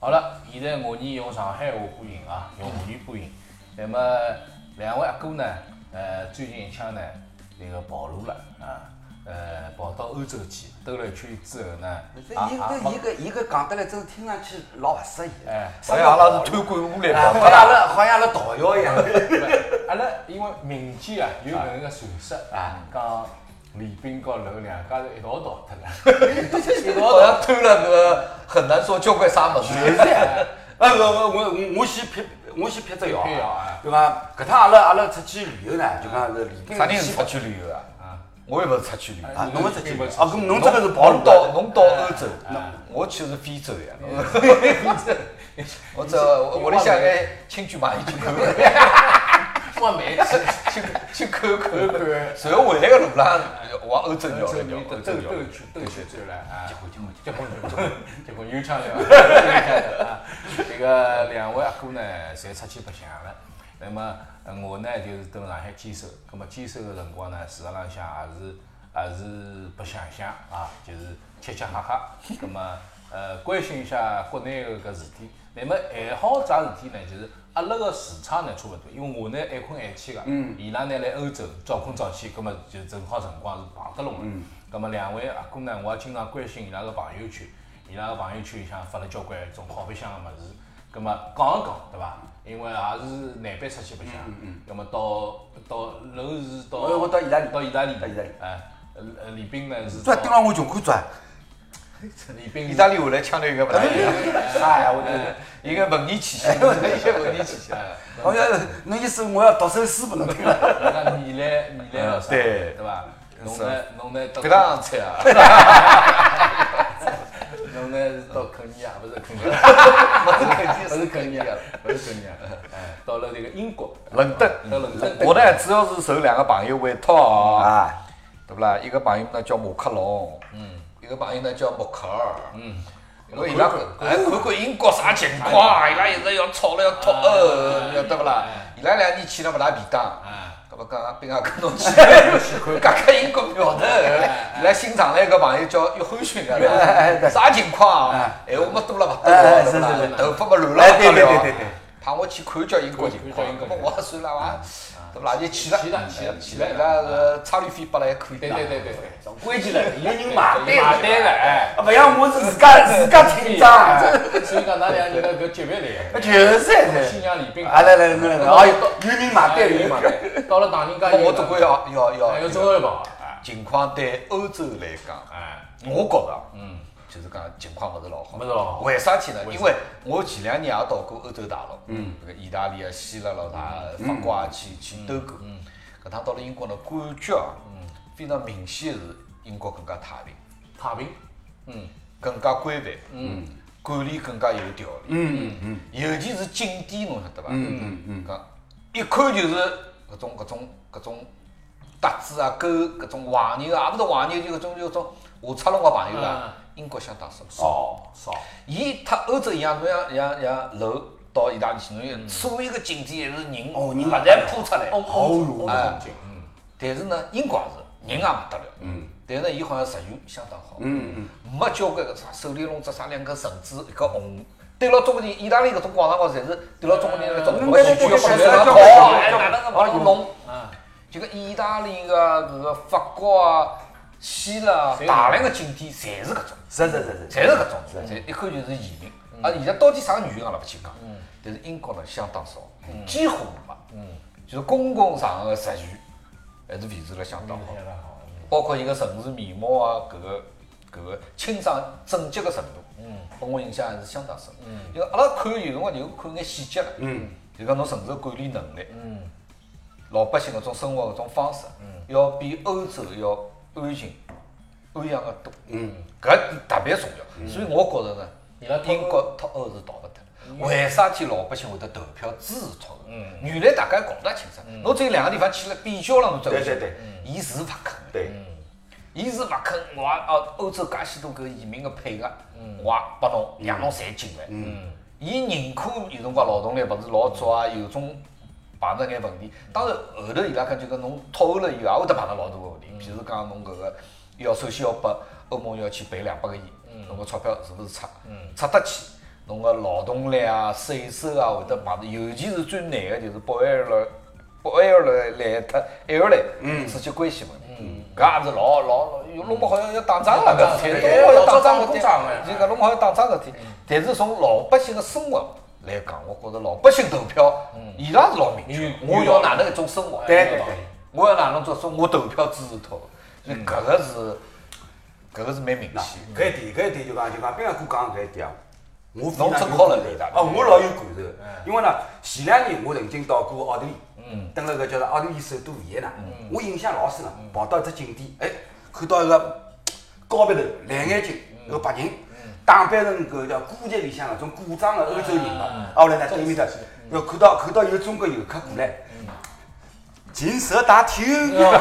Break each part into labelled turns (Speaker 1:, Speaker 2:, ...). Speaker 1: 好了，现在我呢用上海话播音啊，用沪语播音。那么两位阿哥呢，呃，最近一腔呢，这个跑路了啊，呃，跑到欧洲去兜了一圈之后呢，
Speaker 2: 这
Speaker 1: 啊
Speaker 2: 伊
Speaker 1: 啊
Speaker 2: 搿伊搿伊搿讲得来，真是听上去老勿适意。
Speaker 1: 哎，
Speaker 2: 啥
Speaker 3: 好
Speaker 2: 叫
Speaker 3: 像阿
Speaker 2: 导
Speaker 3: 拉
Speaker 2: 游
Speaker 3: 是穿过屋来
Speaker 2: 哎
Speaker 3: 跑，
Speaker 2: 好像阿拉好像阿拉导游一样。
Speaker 1: 阿拉因为民间啊有搿能个传说啊，讲李斌和楼两家头一道逃脱了。
Speaker 3: 一道好像偷了那个很难说交关啥么子。
Speaker 2: 哎，我我我我先撇我先撇只哎谣
Speaker 1: 撇谣啊，
Speaker 2: 对伐？搿趟阿拉阿拉出去旅游呢，就讲是礼宾
Speaker 3: 啥人
Speaker 2: 先
Speaker 3: 出去旅游啊？我又勿是出去旅游。
Speaker 2: 啊，侬个出去
Speaker 1: 你
Speaker 2: 啊
Speaker 1: 们，
Speaker 2: 搿侬这个是跑路
Speaker 3: 侬到
Speaker 2: 了。
Speaker 3: 侬到欧洲，哎啊我去是非洲呀。我这屋里向眼亲眷嘛已 经看了，
Speaker 1: 我没
Speaker 3: 去去看看。
Speaker 1: 看看，
Speaker 3: 然后回来个路浪往欧洲绕了绕，
Speaker 1: 兜
Speaker 3: 欧
Speaker 1: 兜
Speaker 3: 洲绕了绕。
Speaker 1: 圈兜圈走了啊！结婚结婚结婚结婚有腔调，有腔调啊！这个两位阿哥呢，侪出去白相了。那么呃我呢，就是蹲上海坚守。那么坚守个辰光呢，事实浪向也啊是也是白相相啊，就是吃吃喝喝。那么呃，关心一下国内个搿事体。那么呃还好桩事体呢，就是阿拉个时差呢差勿多，因为我呢爱困爱啊起个，伊拉呢来欧洲早困早起，葛么就正好辰光是碰得拢了。葛么两位阿哥呢，我也经常关心伊拉个朋友圈，伊拉个朋友圈里向发了交关种好白相个物事。葛么讲一讲，对伐？因为也是难办出去白相，
Speaker 2: 嗯
Speaker 1: 葛么到到楼是到
Speaker 2: 我我哦到意大利
Speaker 1: 到意大利，
Speaker 2: 到意大利
Speaker 1: 哎，呃呃李斌呢是
Speaker 2: 抓
Speaker 1: 到
Speaker 2: 啊盯牢我穷鬼抓。
Speaker 1: 李斌
Speaker 3: 意大利后来腔调应该勿大一样，
Speaker 2: 哎，我就。
Speaker 3: 应该文艺气息，一些文艺气息。
Speaker 1: 哎
Speaker 2: 好像哎侬意思我要读首诗拨侬听了。
Speaker 1: 那米兰米兰老师，
Speaker 3: 对
Speaker 1: 对伐？侬
Speaker 3: 是
Speaker 1: 呢侬呢到
Speaker 3: 别当菜啊！
Speaker 1: 侬呢是到肯尼亚，勿是肯尼亚，勿是肯尼亚，勿是肯尼亚，哎，到了这个英国，
Speaker 3: 嗯伦敦，
Speaker 1: 到伦敦，
Speaker 3: 我呢主要是受两个朋友委托啊，
Speaker 2: 啊，
Speaker 3: 对不啦？一个朋友呢叫马克龙，嗯，一个朋友呢叫默克尔，嗯。因为伊拉哎看看英国啥情况啊，伊拉一直要吵了要脱欧，晓得不啦？伊拉两年去了勿大便当，搿么讲兵也跟侬去，搿个英国苗头，伊拉新上来一个朋友叫约翰逊啊，啥情况啊？闲话么多了勿得了，对不啦？头发么乱了勿得了，怕我去看叫英国情况，搿么我也算了伐，对不啦？就去了，去了，伊拉个差旅费拨了还可以，
Speaker 1: 对对对对对，
Speaker 2: 关键了，有人买单
Speaker 1: 买单了，哎，
Speaker 2: 勿像我是自家自家听账，
Speaker 1: 所以讲，㑚两人呢搿级别来，
Speaker 2: 就是
Speaker 1: 新
Speaker 2: 的。
Speaker 1: 娘礼宾，
Speaker 2: 啊来来来来来，哦有人买单有人买单。
Speaker 1: 单，到了唐人街
Speaker 3: 我总归要要
Speaker 1: 还哎有
Speaker 3: 要
Speaker 1: 中国人跑，
Speaker 3: 情况对欧洲来讲。
Speaker 1: 哎，
Speaker 3: 我觉着，嗯，就是讲情况勿是老好，
Speaker 1: 勿是老好
Speaker 3: 为啥体呢？因为我前两年也到过欧洲大陆，嗯，这个意大利啊、希腊咯、啥法国啊去去兜过，嗯，搿趟到了英国呢，感觉啊，嗯，非常明显是英国更加太平，
Speaker 1: 太平，
Speaker 3: 更加规范，嗯，管理更加有条理，嗯嗯嗯，尤其是景点，侬晓得伐？嗯嗯嗯，讲一看就是搿种搿种搿种搭子啊、狗搿种黄牛啊，也勿是黄牛，就搿种就搿种下叉龙个朋友
Speaker 1: 嗯
Speaker 3: 啦，英国相当少。
Speaker 2: 哦
Speaker 1: 少少，
Speaker 3: 伊他欧洲一样，侬像像像楼到意大利去，侬像所有个景点侪是人，
Speaker 2: 哦人
Speaker 3: 勿断铺出来。
Speaker 1: 好
Speaker 2: 哦
Speaker 1: 哎，嗯，
Speaker 3: 但是呢，英国也是人也勿得了。嗯。但是呢，伊好像食欲相当好。嗯嗯。没交关搿啥手里弄只啥两根绳子，一个红。对牢中国人，意大利搿种广场高头侪是对牢中国人来种，
Speaker 2: 嗯
Speaker 3: 没几句要
Speaker 2: 对对
Speaker 3: 拍手
Speaker 2: 对对
Speaker 3: 搞，
Speaker 2: 对
Speaker 3: 哎，
Speaker 2: 对
Speaker 3: 哪能个帮侬弄？就搿意大利个搿个法国啊、希腊啊
Speaker 1: 侪，有
Speaker 3: 大量个景点侪是搿种。
Speaker 2: 是是是是。
Speaker 3: 侪是搿种，侪一看就是移民。啊，现在到底啥原因阿拉勿去讲，但是英国呢相当少，几乎没，就是公共场合食欲还是维持了相当好，包括伊个城市面貌啊，搿个搿个清爽整洁个程度，拨我印象还是相当深。因为阿拉看有辰光就看眼细节了，就讲侬城市个管理能力，老百姓搿种生活搿种方式，要比欧洲要安静、安详个多。嗯，搿特别重要。所以我觉着呢，
Speaker 1: 伊拉脱
Speaker 3: 英国脱欧是逃勿脱的。为啥体老百姓会得投票支持脱欧？原来大家搞得清爽，侬只有两个地方去了比较了，侬才会
Speaker 2: 对对
Speaker 3: 晓得
Speaker 2: 对
Speaker 3: 伊是勿肯的。
Speaker 2: 对。
Speaker 3: 伊是勿肯我也哦，欧洲介许多搿移民个配额，我也拨侬，让侬侪进来。伊认可有辰光劳动力勿是老早啊，有种碰着眼问题。当然后头伊拉讲就讲侬脱欧了以后，也会得碰着老多个问题。譬如讲侬搿个要首先要拨欧盟要去赔两百个亿，侬个钞票是勿是出出得去？侬个劳动力啊、税收啊，会得碰到，尤其是最难个就是北爱尔兰、北爱尔兰和爱尔兰之间关系问题，搿也是老老老，弄不好要要打仗了搿事体，弄不好要打仗搿事体，就搿弄不好要打仗搿事体。但是从老百姓个生活来讲，我觉着老百姓投票，伊拉是老明确的，我要哪能一种生活，对对对，我要哪能做生活，我投票支持他，所以搿个是。搿个是蛮明
Speaker 2: 那
Speaker 3: 显，
Speaker 2: 搿一点，搿一点就讲就讲，斌哥讲搿一点啊，我非常
Speaker 3: 侬
Speaker 2: 有
Speaker 3: 正好了
Speaker 2: 感
Speaker 3: 雷达
Speaker 2: 哦，我老有感受，因为呢，前两年我曾经到过奥地利，嗯，登了个叫做奥地利首都维也纳，我印象老深个，跑到一只景点，哎，看到一个高鼻头、蓝眼睛，一个白人，打扮成搿叫古籍里向搿种古装个欧洲人嘛，啊，后来呢，对面搭，要看到看到有中国游客过来，金色大厅，
Speaker 3: 嗯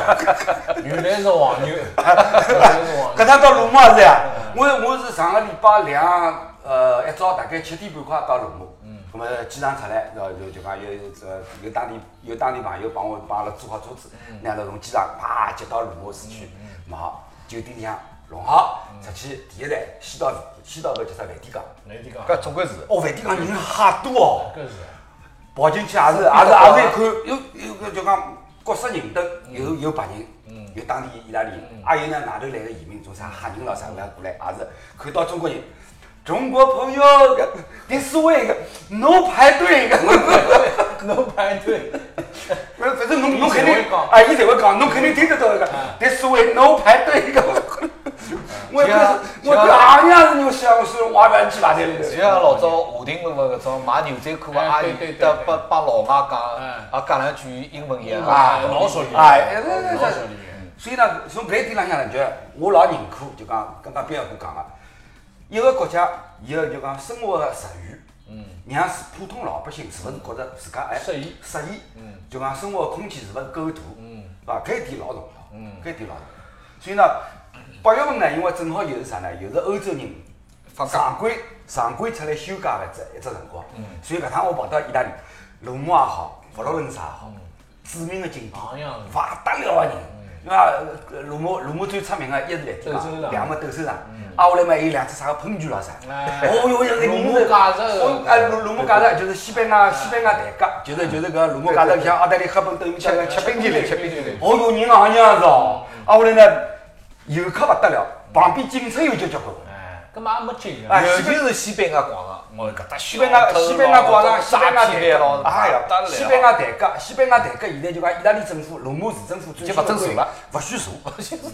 Speaker 1: 原来是黄牛，原来是黄牛。
Speaker 2: 搿趟到罗马是呀，我我是上个礼拜两呃一早大概七点半快到罗马，嗯，咁么机场出来，然后就就讲有呃有当地有当地朋友帮我帮阿拉租好车子，拿了从机场啪接到罗马市区，咹好酒店里向弄好，出去第一站先到先到个叫啥梵蒂冈，
Speaker 1: 哪地讲？
Speaker 3: 搿总归是。
Speaker 2: 哦梵蒂冈人哈多哦。
Speaker 1: 搿是
Speaker 2: 跑进去也是也是也是一看，有有个就讲各色人等，有有白人，有当地意大利人，还有呢外头来个移民，种啥黑人咯啥个过来，也是看到中国人，中国朋友，搿第四位个，侬排队 个，
Speaker 1: 侬排队，
Speaker 2: 反反正侬侬肯
Speaker 1: 伊
Speaker 2: 定
Speaker 1: 才会讲，
Speaker 2: 哎，伊才会讲，侬肯定听得到个，第四位侬排队 个。我一开始我
Speaker 3: 像
Speaker 2: 搿行样是我想，我说我也不要去排队
Speaker 3: 就
Speaker 2: 了。
Speaker 3: 像啊老早夏亭路个搿种买牛仔裤个
Speaker 1: 哎
Speaker 3: 阿
Speaker 1: 对
Speaker 3: 姨，
Speaker 1: 对
Speaker 3: 啊得
Speaker 1: 对
Speaker 3: 帮帮老外
Speaker 1: 哎
Speaker 3: 讲，也讲啊两句英文一样
Speaker 1: 啊
Speaker 3: 啊，，
Speaker 1: 老少有，
Speaker 2: 哎，
Speaker 1: 老少有。
Speaker 2: 所以呢，从搿一点浪向呢，就我老认可，就讲刚刚边个哥讲个，一个国家伊个就讲生活个适遇，嗯，让普通老百姓是勿是觉着自家哎
Speaker 1: 适宜
Speaker 2: 适宜，嗯，就讲生活空间是勿是够大，嗯，是伐？搿一点老重要，嗯，搿一点老重要。所以呢，八月份呢，因为正好又是啥呢？又是欧洲人
Speaker 3: 放假
Speaker 2: 常规常规出来休假个只一只辰光，嗯，所以搿趟我跑到意大利，罗马也好，佛罗伦萨也好，著名个景点。
Speaker 1: 榜样
Speaker 2: 勿得了啊个人，对伐？呃罗马罗马最出名个一是来
Speaker 1: 斗兽场
Speaker 2: 讲两个斗兽场，啊，下来嘛有两只啥个喷泉啦啥，
Speaker 1: 哎
Speaker 2: 哦哟，有个
Speaker 1: 罗马
Speaker 2: 名字
Speaker 1: 假日
Speaker 2: 哦啊，罗罗马假日就是西班牙西班牙代驾，就是就是搿罗马假日像澳大利亚黑本等于吃吃冰淇淋，
Speaker 3: 吃冰淇淋
Speaker 2: 哦哟，人行样子哦，啊，下来呢游客勿得了，旁边警察又交交关关。
Speaker 1: 哎，搿嘛也没劲啊
Speaker 2: 哎。
Speaker 3: 尤其是西班牙广场，我搿搭
Speaker 2: 西
Speaker 3: 西
Speaker 2: 班牙西班牙广场，西
Speaker 3: 沙
Speaker 2: 班牙
Speaker 3: 皮带咯，
Speaker 2: 哎呀
Speaker 3: 不得，了
Speaker 2: 西班牙代驾，西班牙代驾现在就讲意大利政府、罗马市政府最
Speaker 3: 就
Speaker 2: 新
Speaker 3: 不
Speaker 2: 的
Speaker 3: 准
Speaker 2: 规
Speaker 3: 坐了
Speaker 2: 定，勿许坐，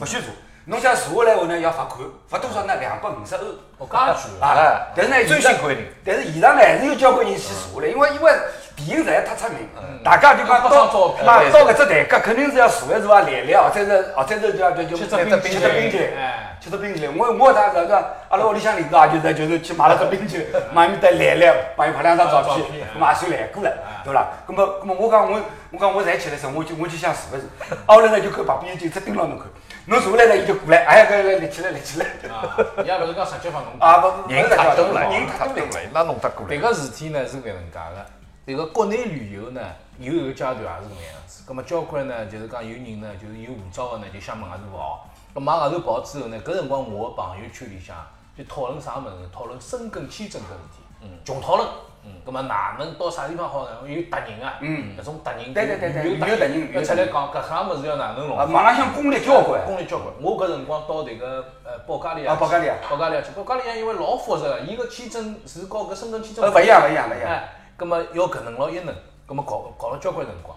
Speaker 2: 勿许坐。侬想坐下来话呢，要罚款，罚多少呢？两百五十欧。
Speaker 1: 我讲句啊，
Speaker 2: 啊，但是呢，现
Speaker 3: 最新
Speaker 2: 在
Speaker 3: 规定
Speaker 2: 但是现场呢，还是有交关人先坐下来，因为因为电影实在太出名，大家就讲
Speaker 1: 拍
Speaker 2: 到
Speaker 1: 张照片
Speaker 2: 啊到搿只代驾肯定是要坐一坐啊，聊聊，或者是或者是就要就就
Speaker 1: 吃只
Speaker 2: 拿
Speaker 1: 冰
Speaker 2: 吃
Speaker 1: 淇
Speaker 2: 只
Speaker 1: 淋
Speaker 2: 冰淇淋，
Speaker 1: 哎
Speaker 2: 吃只冰淇淋。我我当时讲，阿拉屋里向领导啊，就是就是去买了只冰淇淋，买面搭来来，帮伊拍两张照
Speaker 1: 照
Speaker 2: 片
Speaker 1: 片，
Speaker 2: 咁嘛也算来过了，对勿啦？咁么咁么我讲我我讲我才起来时候，我就我就想坐一坐，啊后来呢就看旁边有警察盯牢侬看，侬坐下来了伊就过来，哎呀，搿来立起来立起来，
Speaker 1: 啊，伊也勿是讲直接放侬。
Speaker 2: 啊勿勿
Speaker 3: 人
Speaker 2: 勿
Speaker 3: 太多了，
Speaker 2: 人
Speaker 3: 人
Speaker 2: 太
Speaker 3: 太
Speaker 2: 多
Speaker 3: 多
Speaker 2: 了。
Speaker 3: 了，伊拉弄得过来
Speaker 1: 迭。个事体呢是搿能介个，迭个国内旅游呢有一个阶段也是搿能样子。葛末交关呢就是讲有人呢就是有护照个呢就想往外头跑，咁往外头跑之后呢，搿辰光我个朋友圈里向就讨论啥物事，讨论申根签证搿事体，嗯，穷讨论。嗯，葛末哪能到啥地方好呢？有达人啊，嗯，搿种达人，
Speaker 2: 对对对对
Speaker 1: 有达
Speaker 2: 有达人
Speaker 1: 要出来讲搿项物事要哪能弄
Speaker 2: 啊，？网浪向攻略交关。
Speaker 1: 功力交关。我搿辰光到迭个呃保加利亚
Speaker 2: 啊
Speaker 1: 去，
Speaker 2: 保加利亚
Speaker 1: 保加利亚去，保加利亚因为老复杂个，伊个签证是和搿申根签证
Speaker 2: 呃勿一样勿一样勿一样
Speaker 1: 哎，葛末要搿能咯一能，葛末搞搞了交关辰光。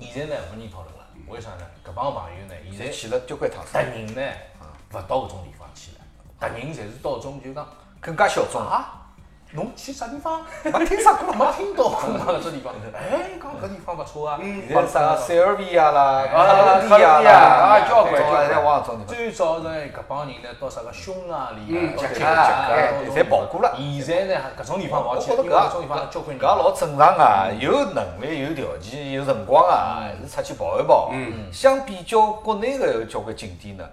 Speaker 1: 现在呢没人讨论了，为啥呢？搿帮朋友呢，现在
Speaker 3: 去了交关趟，
Speaker 1: 达人呢勿到搿种地方去了，达人侪是到种就讲
Speaker 3: 更加小众。
Speaker 1: 啊，侬去啥地方？
Speaker 3: 没听说过，
Speaker 1: 没听到过嘛？搿种地 方，哎，讲搿地方勿错啊。
Speaker 2: 嗯
Speaker 1: 现在
Speaker 3: 帮啥塞尔维亚啦，
Speaker 1: 哎
Speaker 2: 啊
Speaker 3: 克
Speaker 2: 克罗
Speaker 3: 罗地亚
Speaker 2: 地亚
Speaker 3: 啦，哎
Speaker 2: 啊交关交关
Speaker 3: 侪往搿种地方。
Speaker 1: 最早呢，搿帮人呢到啥个匈牙利啊
Speaker 2: 嗯，
Speaker 1: 到
Speaker 2: 捷克
Speaker 1: 克啊
Speaker 3: 捷克
Speaker 1: 到
Speaker 3: 侪跑过了
Speaker 1: 现在呢，搿种地方
Speaker 3: 我
Speaker 1: 跑去，
Speaker 3: 觉
Speaker 1: 因
Speaker 3: 得
Speaker 1: 为
Speaker 3: 搿
Speaker 1: 搿种地方交关
Speaker 3: 搿也哎老正常啊，有能力、有条件、有辰光啊，还是出去跑一跑。嗯，相比较国内个交关景点呢，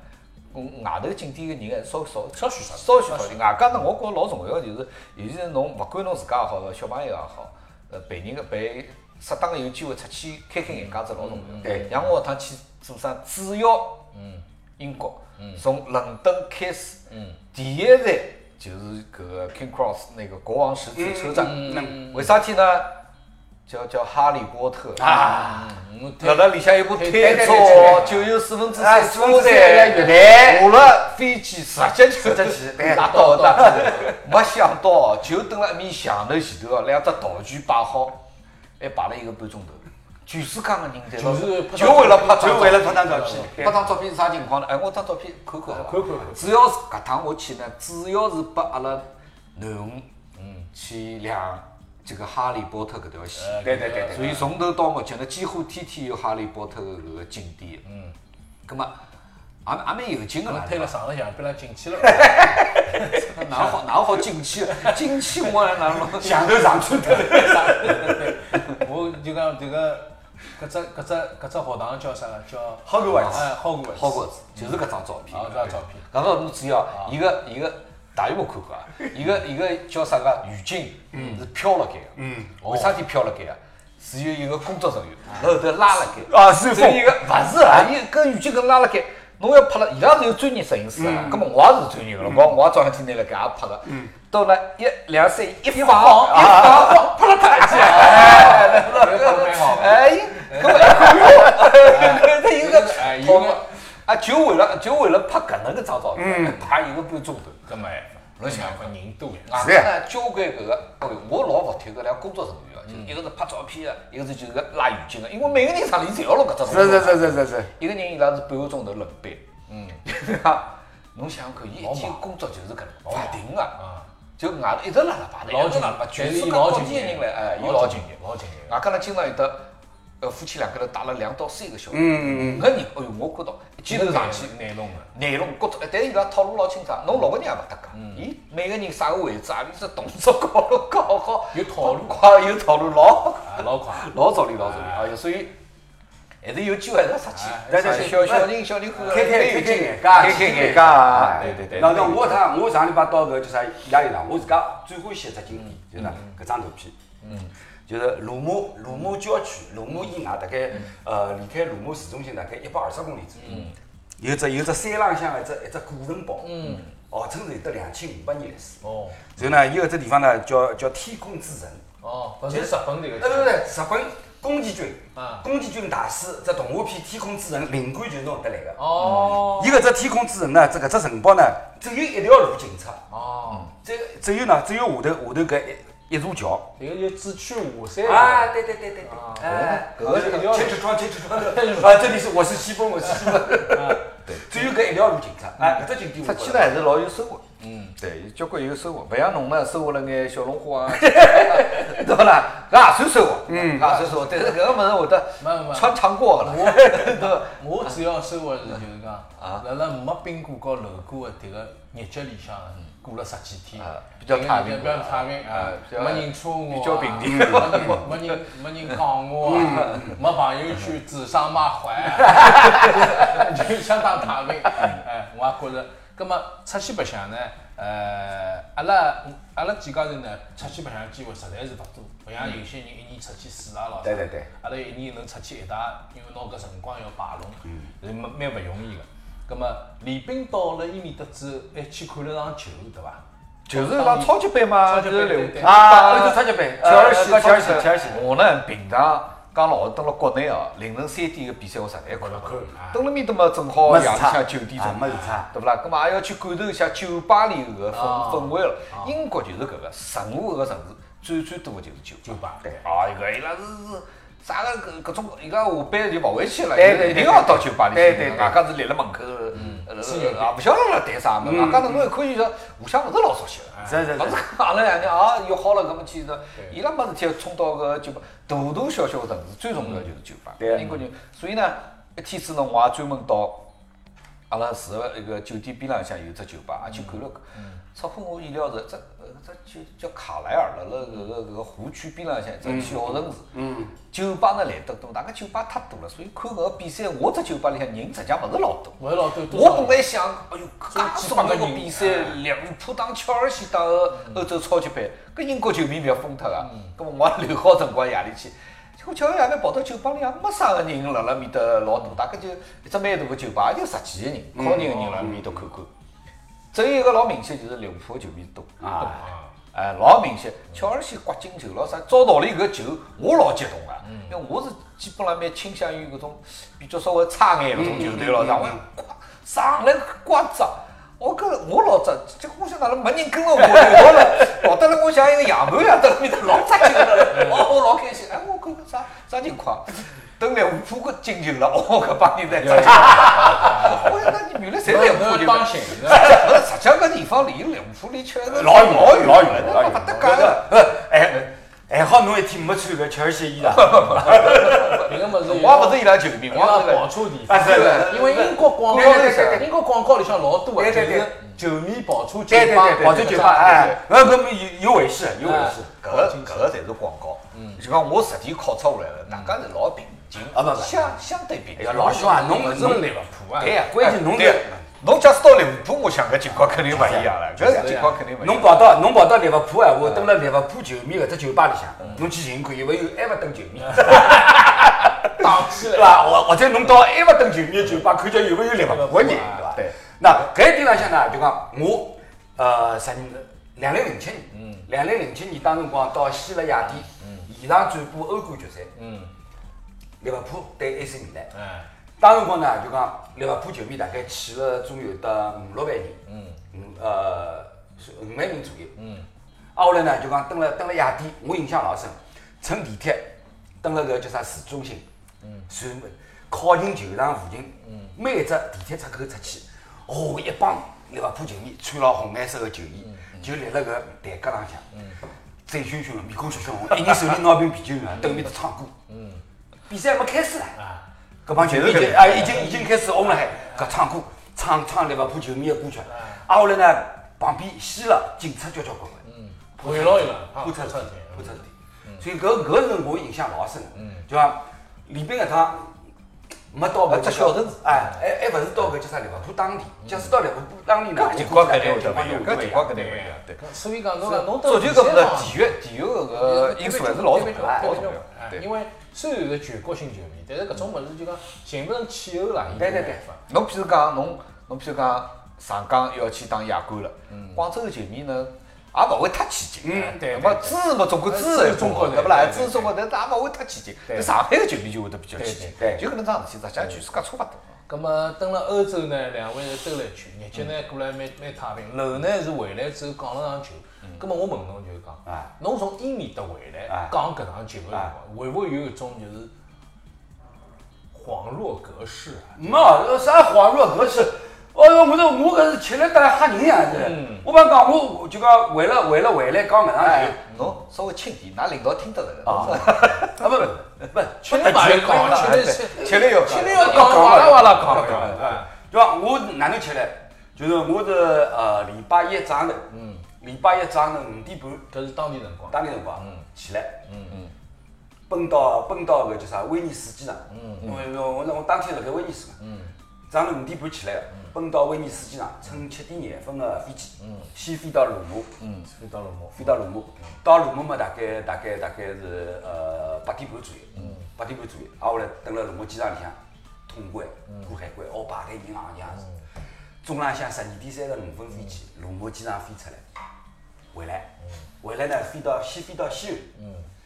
Speaker 3: 嗯外头景点个人还是稍微少，
Speaker 1: 少许少许
Speaker 3: 稍许少点。外加呢，啊我觉着老重要的就是，尤其是侬勿管侬自家也好，小朋友也好，呃，陪人个陪，适当个有机会出去开开眼界是老重要的。
Speaker 2: 嗯对
Speaker 3: 像我搿趟去做啥，
Speaker 2: 嗯
Speaker 3: 主要嗯英国，从伦敦开始，嗯，第一站就是搿个 King Cross 那个国王十字车站，
Speaker 2: 嗯，
Speaker 3: 为啥体呢？叫叫哈利波特嗯
Speaker 2: 啊，
Speaker 1: 我
Speaker 3: 辣辣里向有部
Speaker 1: 推
Speaker 3: 推
Speaker 1: 推推
Speaker 3: 车，九又四分之
Speaker 2: 哎
Speaker 3: 三
Speaker 2: 四分之
Speaker 3: 车
Speaker 2: 三
Speaker 3: 站，
Speaker 2: 越南
Speaker 3: 下了飞机直接就
Speaker 2: 哎直接哎去对
Speaker 3: 拉倒的， 没想到啊就蹲辣一面墙头前头哦，两只道具摆好，还摆了一个半钟头，全世界的人在那
Speaker 1: 就是拍
Speaker 3: 就为了拍张
Speaker 2: 就
Speaker 3: 照
Speaker 2: 为
Speaker 3: 片
Speaker 2: 了拍张照片。
Speaker 3: 拍张照片是啥情况呢？哎，我张照片看看好伐？
Speaker 1: 看看看
Speaker 3: 只要是搿趟我去呢，主要是拨阿拉囡恩，嗯，去量这个《哈利波特》搿条
Speaker 1: 呃
Speaker 3: 线。
Speaker 2: 对对对对
Speaker 3: 所以从头到目前呢，几乎天天有《哈利波特》搿个景点。嗯。葛末，也也蛮有劲个
Speaker 1: 我
Speaker 3: 啦。
Speaker 1: 推了上头墙， 被他进去了。
Speaker 3: 对伐哪好哪好进去， 进去我哪能弄？
Speaker 2: 墙头上去的，
Speaker 1: 啥我就讲这个，搿只搿只搿只学堂叫啥个？叫
Speaker 2: Hogwarts
Speaker 1: 哎，Hogwarts。
Speaker 3: 好过子，就是搿张照片。
Speaker 1: 哦搿张照片啊
Speaker 3: 搿张照片主要哦一个一个，大家没看过啊，一个一个叫啥个雨镜，是飘辣盖个。嗯。为啥体飘辣盖啊？是有一个工作人员
Speaker 1: 哦
Speaker 3: 后头拉辣盖。
Speaker 2: 啊是
Speaker 3: 只有一个，勿是啊，伊搿雨镜搿拉辣盖。侬要拍了，伊拉是有专业摄影师啊，葛末我也是专业个了，我我也早上天拿辣盖也拍个，到了一两三一放一放，拍了他一记，哎，
Speaker 1: 搿个拍得蛮好。
Speaker 3: 哎，搿么哎，他有
Speaker 1: 哎
Speaker 3: 个
Speaker 1: 有
Speaker 3: 跑
Speaker 1: 个
Speaker 3: 啊，就为了就为了拍搿能个张照片，拍一个半钟头。
Speaker 1: 搿没办法，侬想看人多呀。
Speaker 3: 啊，
Speaker 2: 是呀
Speaker 3: 那交关搿个，哎呦，我老服帖搿两工作人员啊，就是一个是拍照片的，一个是就是拉远景的，因为每个人上里侪要弄搿只
Speaker 2: 是是是是是是，
Speaker 3: 一个人伊拉是半个钟头轮班，嗯， 对伐？侬想想看，伊一天工作就是搿能，勿停个，就外头一直辣辣排队，
Speaker 1: 老
Speaker 3: 一直
Speaker 1: 紧
Speaker 3: 辣辣排，
Speaker 1: 但
Speaker 3: 全
Speaker 1: 是
Speaker 3: 世
Speaker 1: 伊
Speaker 3: 界
Speaker 1: 老
Speaker 3: 各
Speaker 1: 敬
Speaker 3: 地的人
Speaker 1: 业
Speaker 3: 来，哎，伊
Speaker 1: 老
Speaker 3: 老敬
Speaker 1: 敬
Speaker 3: 业
Speaker 1: 业，，老敬业。
Speaker 3: 外加呢，经常有得，呃，夫妻两个人带了两到三个小孩，
Speaker 2: 嗯
Speaker 3: 五个人，哎呦，我看到一记头上去，
Speaker 1: 难弄的。
Speaker 3: 内容各种，但是伊拉套路老清爽，侬六个人也勿搭界，伊每个人啥个位置啊，你这动作搞了搞好，
Speaker 1: 有套路
Speaker 3: 快有套路，老
Speaker 1: 啊，老快。
Speaker 3: 老早理老早理，哎呦，所以还是有机会还是要出去，
Speaker 2: 对对对
Speaker 3: 小哎小人小人看看
Speaker 2: 开开
Speaker 3: 蛮有
Speaker 2: 开开
Speaker 3: 劲
Speaker 2: 眼界，开
Speaker 3: 开眼界
Speaker 2: 啊！
Speaker 3: 对对对
Speaker 2: 那那我趟我上礼拜到搿叫啥意大利啦，我自家最欢喜一只景点就是搿张图片，嗯，就是罗马罗马郊区，罗马以外大概
Speaker 3: 嗯
Speaker 2: 呃离开罗马市中心大概一百二十公里左右，有只有只山浪向的一只一只古城堡，嗯，号称是有得两千五百年历史。
Speaker 1: 哦
Speaker 2: 然后呢，伊有只地方呢叫叫天空之城，
Speaker 1: 哦，搿是日本这
Speaker 2: 呃，
Speaker 1: 个。
Speaker 2: 对对，日本宫崎骏
Speaker 1: 啊，
Speaker 2: 宫崎骏大师这动画片《天空之城》灵感就是从搿搭来个。
Speaker 1: 哦
Speaker 2: 伊搿只天空之城呢，这搿只城堡呢，只有一条路进出，
Speaker 1: 哦，
Speaker 2: 只只有呢，只有下头下头搿一一座桥。
Speaker 1: 这个就只去下山。
Speaker 2: 啊，对对对对对，哎，
Speaker 1: 搿个是一条路
Speaker 2: 千尺窗， 千尺窗啊的，啊，这里是我是西风，我是西风， 对，只有搿一条路进出，哎，搿只景点
Speaker 3: 出
Speaker 2: 我
Speaker 3: 去
Speaker 2: 觉
Speaker 3: 呢
Speaker 2: 得。
Speaker 3: 还是老有收获。嗯，对，有交关有收获，勿像侬呢，收获了眼小龙虾啊，对伐啦？搿也算收获，嗯，也算收获。但是搿个物事会
Speaker 1: 没没
Speaker 3: 得
Speaker 1: 没
Speaker 3: 穿肠过个 啦，
Speaker 1: 我主要收获是就是讲，
Speaker 3: 啊
Speaker 1: 辣辣没冰过和漏过的迭个日脚里向啊过了十几天
Speaker 3: 嗯啊，比较太平
Speaker 1: 比较太平啊
Speaker 3: 啊，比较
Speaker 1: 没人戳我啊，
Speaker 3: 比较
Speaker 1: 没
Speaker 3: 平
Speaker 1: 人没人没人讲我啊，
Speaker 3: 嗯
Speaker 1: 没朋友圈指桑骂槐啊， 就相当太平。
Speaker 3: 嗯
Speaker 1: 哎，我也觉着，葛么出去白相呢，呃，阿拉阿拉几家头呢，出去白相机会实在是勿多，勿像有些人一年出去四趟咯。
Speaker 2: 对对对。
Speaker 1: 阿拉一年能出去一趟，因为拿搿辰光要摆弄，是蛮蛮勿容易个。葛末李斌到了伊面搭之后，还去看了场球，对伐？
Speaker 3: 就是讲超级杯嘛，
Speaker 1: 超
Speaker 3: 就
Speaker 1: 级杯
Speaker 3: 是
Speaker 1: 对
Speaker 3: 流
Speaker 1: 对对
Speaker 2: 啊欧洲超级杯
Speaker 3: 切尔西，
Speaker 2: 呃呃
Speaker 3: 切
Speaker 2: 切尔
Speaker 3: 尔西，
Speaker 2: 西
Speaker 3: 切
Speaker 2: 切
Speaker 3: 尔
Speaker 2: 尔
Speaker 3: 西
Speaker 2: 西。
Speaker 3: 我呢，平常讲老实，蹲辣国内哦，凌晨三点个比赛我实在看勿
Speaker 1: 看
Speaker 3: 了
Speaker 1: 啊，
Speaker 3: 蹲辣面搭嘛，正好
Speaker 2: 没
Speaker 3: 夜
Speaker 2: 时
Speaker 3: 里
Speaker 2: 差
Speaker 3: 向九点钟
Speaker 2: 啊，没啊时差
Speaker 3: 对勿啦？葛末也要去感受一下酒吧里头个氛氛围了。英国就是搿个，任何一个城市最最多个就是酒
Speaker 1: 酒吧
Speaker 3: 对，啊，一个伊拉是是啥个搿搿种，伊拉下班就勿回去了，
Speaker 2: 对对
Speaker 3: 一
Speaker 2: 对
Speaker 3: 定要到酒吧里去。
Speaker 2: 对对对嗯
Speaker 3: 外加是立辣门口，呃，
Speaker 1: 吃牛
Speaker 3: 也勿晓得辣谈啥么，外加侬一看伊就互相勿是老熟悉个。
Speaker 2: 是是
Speaker 3: 勿是
Speaker 2: 是，
Speaker 3: 讲阿拉两娘啊约好了，搿么去呢？伊拉没事体要冲到搿酒吧，大大小小个城市最重要就是酒吧。
Speaker 2: 对
Speaker 3: 英国人，所以呢，一天子呢，我也专门到阿拉住个一个酒店边浪向有只酒吧，啊也去看了看。出乎我意料是，只呃只酒叫卡莱尔，辣辣搿个搿个湖区边浪向一只小城市。嗯。酒吧呢来得多，大家酒吧太多了，所以看搿个比赛，我只酒吧里向人实际上勿是老多。
Speaker 1: 勿是老多多少
Speaker 3: 我本来想，哎呦，介重要个比赛，利物浦打切尔西打欧洲超级杯，搿英国球迷勿要疯脱啊！
Speaker 1: 嗯
Speaker 3: 搿么我也留好辰光夜里去，结果巧夜里跑到酒吧里，也啊没啥个人辣辣面搭
Speaker 1: 嗯
Speaker 3: 老大，大概就一只蛮大个酒吧，也就十几个人，靠近个人辣面搭看看。只有一个老明显就是利物浦的球迷多
Speaker 2: 啊，
Speaker 3: 哎，老明显，切尔西刮进球了啥？照道理搿球我老激动啊，因为我是基本上蛮倾向于搿种比较稍微差眼搿种球队咯，啥我刮上来刮着。我跟我老早，结果我想哪能没人跟了我，我了，搞得了我像一个野蛮一样，在那面头老扎劲了，哦，我老开心，哎，我看看啥啥情况，等来五浦个进球了，哦，搿帮人在扎劲，我想那你原来侪来五浦
Speaker 1: 侬
Speaker 3: 球，
Speaker 1: 帮心是
Speaker 3: 实
Speaker 1: 吧？
Speaker 3: 际上搿地方离利物浦离确实
Speaker 2: 老远
Speaker 3: 老远
Speaker 2: 老远老远
Speaker 3: 勿搭界的。
Speaker 2: 呃，哎，还好侬一天没穿搿切尔西衣裳，
Speaker 1: 迭个物事
Speaker 3: 我也勿是伊拉球迷，我
Speaker 1: 要
Speaker 3: 也勿是
Speaker 1: 跑
Speaker 3: 个。
Speaker 1: 错地
Speaker 2: 啊
Speaker 1: 方，
Speaker 2: 是是，
Speaker 1: 因为英国广告里向，英国广告里向老多的，
Speaker 2: 对
Speaker 1: 就
Speaker 2: 对对
Speaker 1: 是球迷跑错酒
Speaker 2: 对对
Speaker 1: 吧
Speaker 2: 对，，跑出酒吧，哎，那搿么有有回事，有回事，
Speaker 3: 搿个搿个侪是广告，
Speaker 2: 嗯
Speaker 3: 就讲我实地考察下来了，大家是老平静，
Speaker 2: 啊不不
Speaker 3: 相相对平
Speaker 2: 哎
Speaker 3: 静
Speaker 2: 呀，。老兄啊，侬
Speaker 1: 勿是
Speaker 2: 侬
Speaker 1: 利物浦啊，
Speaker 2: 对呀，哎关键侬
Speaker 3: 对，侬假使到利物浦，我想搿情况肯定勿一样了，
Speaker 2: 啊
Speaker 3: 搿情况肯定勿一
Speaker 2: 侬
Speaker 3: 样。
Speaker 2: 跑到侬跑到利物浦闲话，蹲辣利物浦球迷搿只酒吧里向，侬去寻看有勿有埃弗顿球迷，
Speaker 1: 打起
Speaker 2: 对
Speaker 1: 来，
Speaker 2: 伐？或或者侬到埃弗顿球迷的酒吧看叫有勿有利物浦的人，对伐？
Speaker 3: 对。
Speaker 2: 那搿一点浪向呢，就讲我呃，十两零零七年，两零零七年当辰光到希腊雅典现场转播欧冠决赛，
Speaker 1: 嗯，
Speaker 2: 利物浦对 AC 米兰。
Speaker 1: 哎，
Speaker 2: 当辰光呢，就讲利物浦球迷大概去了总有得五六万人，嗯，呃五万人左右，嗯。啊，后来呢，就讲登了登了雅典，我印象老深，乘地铁登了个叫啥市中心，嗯，算靠近球场附近，嗯，每一只地铁出口出去，哦，一帮利物浦球迷穿了红颜色的球衣，就立了个台阶浪向，嗯，醉醺醺的，面孔血血红，一人手里拿瓶啤酒呢，对面头唱歌，嗯，比赛还没开始呢，
Speaker 1: 啊。
Speaker 2: 搿帮球迷已经啊，已
Speaker 3: 哎
Speaker 2: 经已经开始红了海，搿唱歌唱唱利物浦球迷的歌曲，
Speaker 3: 嗯
Speaker 2: 啊后来呢，旁边吸了警察交交关关，
Speaker 3: 嗯
Speaker 1: 围绕伊拉，
Speaker 2: 扑出事
Speaker 1: 出
Speaker 2: 体，扑出事体，所以搿搿是我印象老深的，
Speaker 3: 嗯
Speaker 2: 就讲李斌搿趟没到搿
Speaker 3: 啊只小城市
Speaker 2: 哎，还还勿是到搿叫啥利物浦当地，假使到利物浦当地呢，
Speaker 3: 搿情况肯定
Speaker 2: 我
Speaker 3: 会
Speaker 2: 觉
Speaker 3: 得
Speaker 2: 得
Speaker 3: 勿一样，搿
Speaker 2: 啊
Speaker 3: 情况肯定勿一样。对，
Speaker 1: 所以讲侬讲侬
Speaker 3: 足球搿物事，
Speaker 1: 体
Speaker 3: 地域地域搿
Speaker 1: 呃
Speaker 3: 个因素还是老重要，老重要。
Speaker 2: 哎
Speaker 3: 对，
Speaker 1: 因为虽然是全国性球迷，但是搿种物事就讲形不成气候啦。
Speaker 2: 对对对
Speaker 3: 侬譬如讲侬侬譬如讲上港要去打亚冠了，广州的球迷呢也勿会太起劲。啊
Speaker 1: 嗯对
Speaker 3: 那么支持嘛，总归支持中国，对不啦？
Speaker 1: 对对对
Speaker 3: 支持中国，但是也勿会太起劲。
Speaker 1: 对
Speaker 3: 但上海的球迷就会得比较起劲。
Speaker 2: 对对对
Speaker 3: 就搿能桩事体，实际上全世界差勿多。
Speaker 1: 咁么登了欧洲呢，两位是兜了一圈，日脚呢过来蛮蛮太平，楼呢是回来之后讲了场球。咁么我问侬就是讲
Speaker 2: 啊，
Speaker 1: 侬从英面搭回来
Speaker 2: 啊
Speaker 1: 讲搿场球个辰光
Speaker 2: 啊，
Speaker 1: 会勿会有一种就是恍若隔世啊？
Speaker 2: 没有啥恍若隔世。哦哟，我这我搿是吃力当吓人啊呀！这，我帮讲，我我就讲为了为了回来讲搿场球
Speaker 3: 嗯哎，，侬稍微轻点，㑚领导听得着的。
Speaker 2: 啊， 啊不不不，
Speaker 1: 吃力嘛要讲，吃
Speaker 3: 哎
Speaker 1: 力吃
Speaker 3: 吃力要
Speaker 1: 吃力要讲，哇啦哇啦讲讲，对伐？
Speaker 2: 对伐？我哪能吃呢？就是我是呃礼拜一早上头，嗯，礼拜一早上头五点半，
Speaker 1: 搿是当地辰光。
Speaker 2: 当地辰光，嗯，起来，嗯嗯，奔到奔到搿叫啥威尼斯机场，嗯，我我我当天辣盖威尼斯嘛，嗯，早上头五点半起来，奔到威尼斯机场，乘七点廿分个飞机，嗯，先飞到罗马，
Speaker 1: 嗯，飞到了我。
Speaker 2: 飞到罗马，到罗马嘛，大概大概大概是呃八点半左右，八点半左右，啊，后来等了罗马机场里向通关，过海关，哦，排队人行样子，中浪向十二点三十五分飞机，罗马机场飞出来，回来，回来呢，飞到先飞到西安，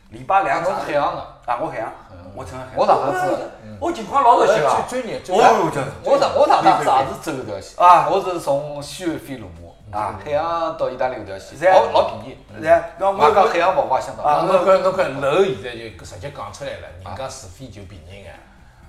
Speaker 2: 礼拜两
Speaker 3: 侬
Speaker 2: 早上
Speaker 3: 海洋的，
Speaker 2: 啊，我海洋，我乘海，
Speaker 3: 我哪能知道
Speaker 2: 哎我情况老熟悉啊，
Speaker 1: 最专业，最
Speaker 2: 哦哟，这
Speaker 3: 我上我上趟子也是走一条线
Speaker 2: 啊
Speaker 3: 我是从西安飞罗马
Speaker 2: 啊
Speaker 3: 海洋到意大利搿条
Speaker 2: 是啊
Speaker 3: 线，老老便宜。
Speaker 2: 是啊那我
Speaker 3: 我讲海洋勿我也想到。
Speaker 2: 啊
Speaker 1: 侬看侬看楼现在就直接讲出来了，人家是非就便宜眼，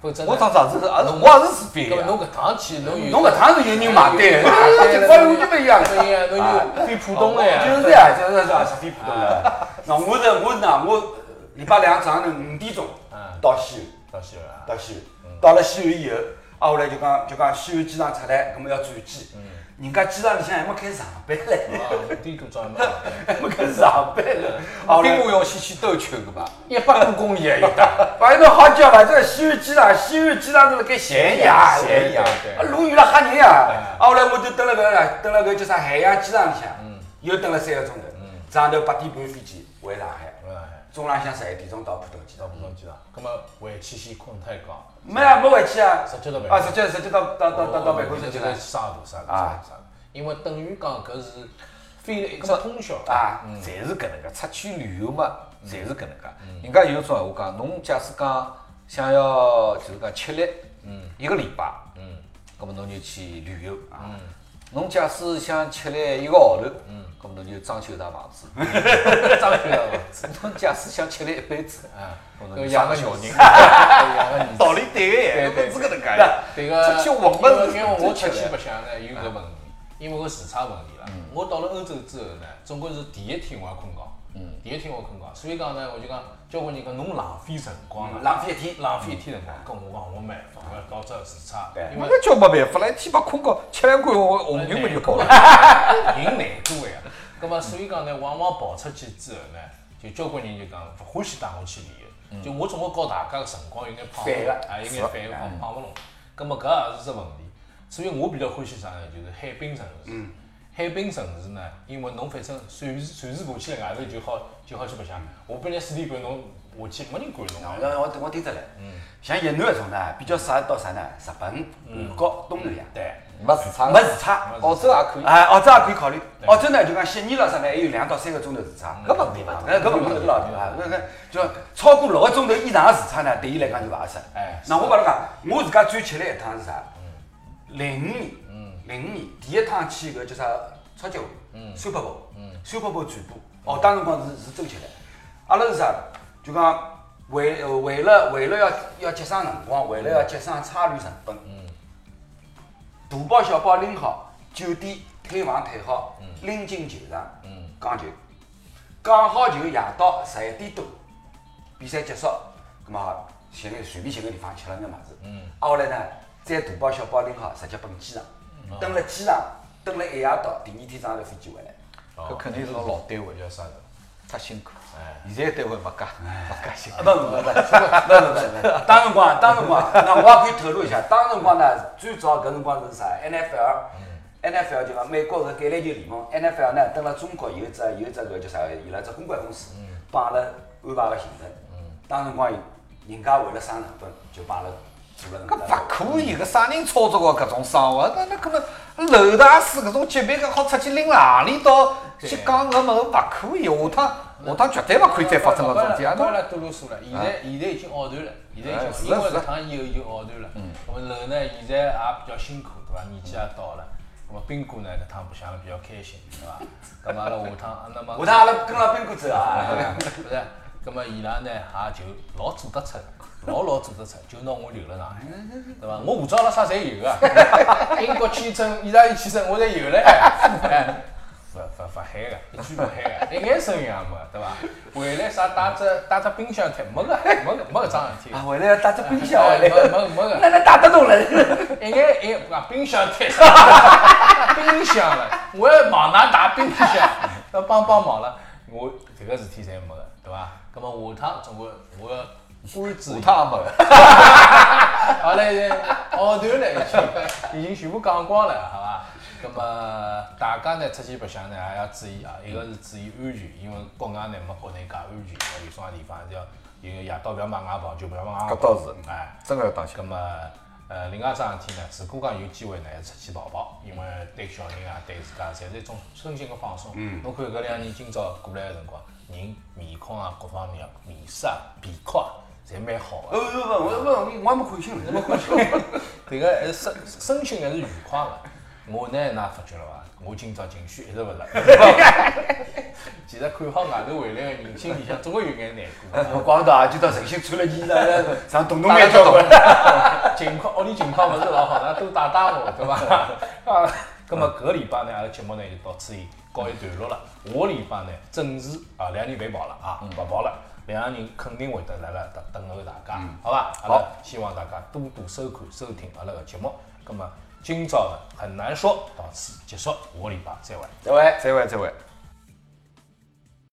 Speaker 1: 否则呢
Speaker 3: 我上上次是，啊我也是是便宜
Speaker 1: 搿么
Speaker 3: 啊。
Speaker 1: 侬搿趟去侬有
Speaker 2: 侬搿趟是有人买单，情况我就不一样。
Speaker 1: 对呀，侬有飞浦东啊了
Speaker 2: 哦就
Speaker 1: 呀，
Speaker 2: 是这样，就是是是非普通
Speaker 1: 啊
Speaker 2: 的。那我是我是哪？我礼拜两早上头五点钟
Speaker 1: 嗯
Speaker 2: 到西
Speaker 1: 到西安啊
Speaker 2: 安，，到西安，到了西安以后，啊后来就讲就讲西安机场出来，葛么要转机。
Speaker 1: 嗯
Speaker 2: 人家机场里向还没开始上班嘞，
Speaker 1: 啊，五点多钟还没到，
Speaker 2: 还没开始上班嘞。
Speaker 1: 嗯
Speaker 2: 啊后
Speaker 3: 兵
Speaker 2: 来，
Speaker 3: 马俑先去兜圈个嘛。
Speaker 1: 一百多公里也有的，
Speaker 2: 反正好叫嘛，这个西安机场，西安机场是辣盖咸阳，
Speaker 1: 咸阳
Speaker 2: 啊路远了吓人呀。
Speaker 1: 嗯
Speaker 2: 啊后来我就蹲辣搿个蹲辣搿叫啥海洋机场里向，
Speaker 1: 嗯
Speaker 2: 又蹲了三个钟头，早上头八点半飞机回上海。
Speaker 1: 嗯，
Speaker 2: 中浪向十一点钟到浦东机
Speaker 1: 到
Speaker 2: 场。
Speaker 1: 浦东机场，搿么回去先困太觉，
Speaker 2: 没啊，没回去啊，
Speaker 1: 直接到办公
Speaker 2: 啊，
Speaker 1: 室
Speaker 2: 直接直接到到到到到办公室去
Speaker 1: 就
Speaker 2: 了
Speaker 1: 在。沙土沙土
Speaker 2: 啊
Speaker 1: 沙土，因为等于讲搿是飞了一只
Speaker 3: 么
Speaker 1: 通宵
Speaker 3: 啊，侪是搿能介，出去旅游嘛，侪是搿能介。人家有种闲话讲，侬假使讲想要就是讲吃力，嗯，一个礼拜，嗯，葛么侬就去旅游啊。侬假使想吃力一个号头，嗯，葛么侬就装修一幢房子。
Speaker 1: 张学良嘛，
Speaker 3: 侬假使想吃力一辈子，
Speaker 1: 啊，
Speaker 3: 葛么
Speaker 1: 搿
Speaker 3: 侬
Speaker 1: 养
Speaker 3: 养
Speaker 1: 个
Speaker 3: 个
Speaker 1: 小
Speaker 3: 小
Speaker 1: 人，
Speaker 3: 人，
Speaker 1: 养个儿子。
Speaker 3: 道理对个耶，
Speaker 1: 对对
Speaker 3: 是搿能介呀。
Speaker 1: 迭个
Speaker 3: 出去混嘛
Speaker 1: 因为因为我出
Speaker 3: 是真吃
Speaker 1: 去
Speaker 3: 力
Speaker 1: 白相呢，有搿问题，因为我时差问题啦。我到了欧洲之后呢，总归是第一天我要困觉，第一天我困觉，所以讲呢，我就讲交关人讲侬浪费辰光了，
Speaker 2: 浪费一天，
Speaker 1: 浪费一天辰光，跟我讲我没办法，我要到这时差，
Speaker 2: 对
Speaker 1: 因为
Speaker 3: 那叫没办法了，一天把困觉吃两罐红红牛么 就够了。
Speaker 1: 人难过呀。咁么，所以讲呢，往往跑出去之后呢，就交关人就讲勿欢喜带我去旅
Speaker 3: 嗯
Speaker 1: 游，就我总归告大家个辰光有眼胖勿
Speaker 2: 反了
Speaker 1: 拢，啊，有眼反个
Speaker 3: 嗯
Speaker 1: 胖胖勿拢。咁么搿也是只问题，所以我比较欢喜啥呢？就是海滨城市。
Speaker 3: 嗯
Speaker 1: 海滨城市呢，因为侬反正随时随时爬起来外头就好就好去白相。
Speaker 3: 嗯
Speaker 1: 下半日水里管侬下去没人管侬
Speaker 2: 我
Speaker 1: 啊。
Speaker 2: 呃我我听得来，像越南搿种呢，比较适合到啥呢？日本、韩国、东南亚，
Speaker 1: 对，
Speaker 3: 没时差，
Speaker 2: 没时差。
Speaker 3: 澳洲也可以。
Speaker 2: 啊，嗯澳洲也可以考虑。澳洲呢，就讲悉尼了啥呢，还有两到三个钟头时差，
Speaker 3: 搿问题勿
Speaker 2: 哎，搿问题是老大啊，搿搿就超过六个钟头以上的时差呢，对伊来讲就勿合适。
Speaker 1: 哎
Speaker 2: 那我帮侬讲，我自家最吃力一趟是啥？零五年，零五年第一趟去搿叫啥超级碗，三百步，三百步全部。哦，当辰光是是真吃力。阿拉是啥？就讲为呃为了为了要要节省辰光，为了要节省差旅成本，大包小包拎好，酒店退房退好，拎进球场，讲球，讲好球夜到十一点多，比赛结束，咁么寻个随便寻个地方吃了眼物事，挨下来呢，再大包小包拎好，直接奔机场，蹲辣机场蹲了一夜到，第二天早上头飞机回来。
Speaker 3: 搿肯定是
Speaker 1: 老单位叫啥的。
Speaker 3: 太辛苦
Speaker 1: 哎，
Speaker 3: 现在单位没加，没加薪
Speaker 2: 啊，不不不不不不不不，当辰光当辰 光，那我也可以透露一下，当辰光呢，最早搿辰光是啥？NFL，NFL 嗯就讲美国个橄榄球联盟，NFL 呢，登了中国有只有只个叫啥？伊拉只公关公司帮阿拉安排个行程。当辰光，人家为了省成本，就帮阿拉做了
Speaker 3: 搿
Speaker 2: 搿能介
Speaker 3: 勿可以，搿啥人操作个搿种生活？那那搿么楼大师搿种级别，搿好出去拎哪里到去讲搿物事勿可以，下趟下趟绝对勿可以再发生搿种事体啊！
Speaker 1: 当
Speaker 3: 侬
Speaker 1: 然多啰嗦了，现在现在已经后头了，现在已经
Speaker 3: 哎
Speaker 1: 因为
Speaker 3: 是的
Speaker 1: 搿趟以后就后头了。那么楼呢，现在也比较辛苦，对伐？年纪也到了，那么斌哥呢，搿趟白相了比较开心，对伐？那么阿拉下趟，那么
Speaker 2: 下趟阿拉跟牢宾馆走啊！
Speaker 1: 啊不是，那么伊拉呢也就老做得出，老老做得出，就拿我留了上海，对伐？我护照啦啥侪有个，英国签证、意大利签证我侪有了，哎，勿勿勿喊个，一句勿喊个，一眼声音也没，对伐？回来啥带只带只冰箱贴，没个，没个，没搿桩事体。
Speaker 2: 啊，回来要带只冰箱
Speaker 1: 哎
Speaker 2: 回
Speaker 1: 没
Speaker 2: 来，
Speaker 1: 没没个。
Speaker 2: 哪能带得 动了？
Speaker 1: 一眼一眼不讲冰箱贴，冰箱了，我要往哪打冰箱？要帮帮忙了，我这个事体侪没个，对伐？那么下趟总归我要安置
Speaker 3: 下
Speaker 1: 伊，
Speaker 3: 趟也没个，
Speaker 1: 好嘞，后头呢已经已经全部讲光了，好伐？那么大家呢出去白相呢也要注意啊，一个是注意安全，因为国外呢没国内介安全，有啥地方要有个夜到不要往外跑，就不要往外跑。
Speaker 3: 搿倒是
Speaker 1: 哎。
Speaker 3: 真个要当心
Speaker 1: 咁。么，呃，另外一桩事体呢，如果讲有机会呢，还是出去跑跑，因为对小人啊，对自家，侪是一种身心个放松。嗯。侬看搿两年今朝过来个辰光，人面孔啊，各方面啊，面色啊、鼻孔啊，侪蛮好
Speaker 2: 哦
Speaker 1: 个。
Speaker 2: 不不，我我我还没看清了。
Speaker 1: 迭个还是身身心还是愉快个。我呢，㑚发觉了伐？我今朝情绪一直勿辣。其实看好外头回来个人，心里向总归有眼难过。
Speaker 2: 我光头啊，就到诚心穿了件衣裳，上洞洞
Speaker 3: 大
Speaker 2: 眼
Speaker 3: 家
Speaker 2: 交
Speaker 3: 都
Speaker 2: 关
Speaker 3: 懂。
Speaker 1: 情况屋里情况勿是老好，那都打打我， 对伐？啊，咁么搿个礼拜呢，阿拉节目呢就到此一告一段落了。下个礼拜呢，正式啊，两个人别跑了啊，勿跑了，两个人肯定会得来了等等候大家，嗯好伐？阿拉希望大家多多收看收听阿拉个节目。咁么今朝呢很难说到此结束，下个礼拜再会。
Speaker 2: 对。
Speaker 3: 再会，再会。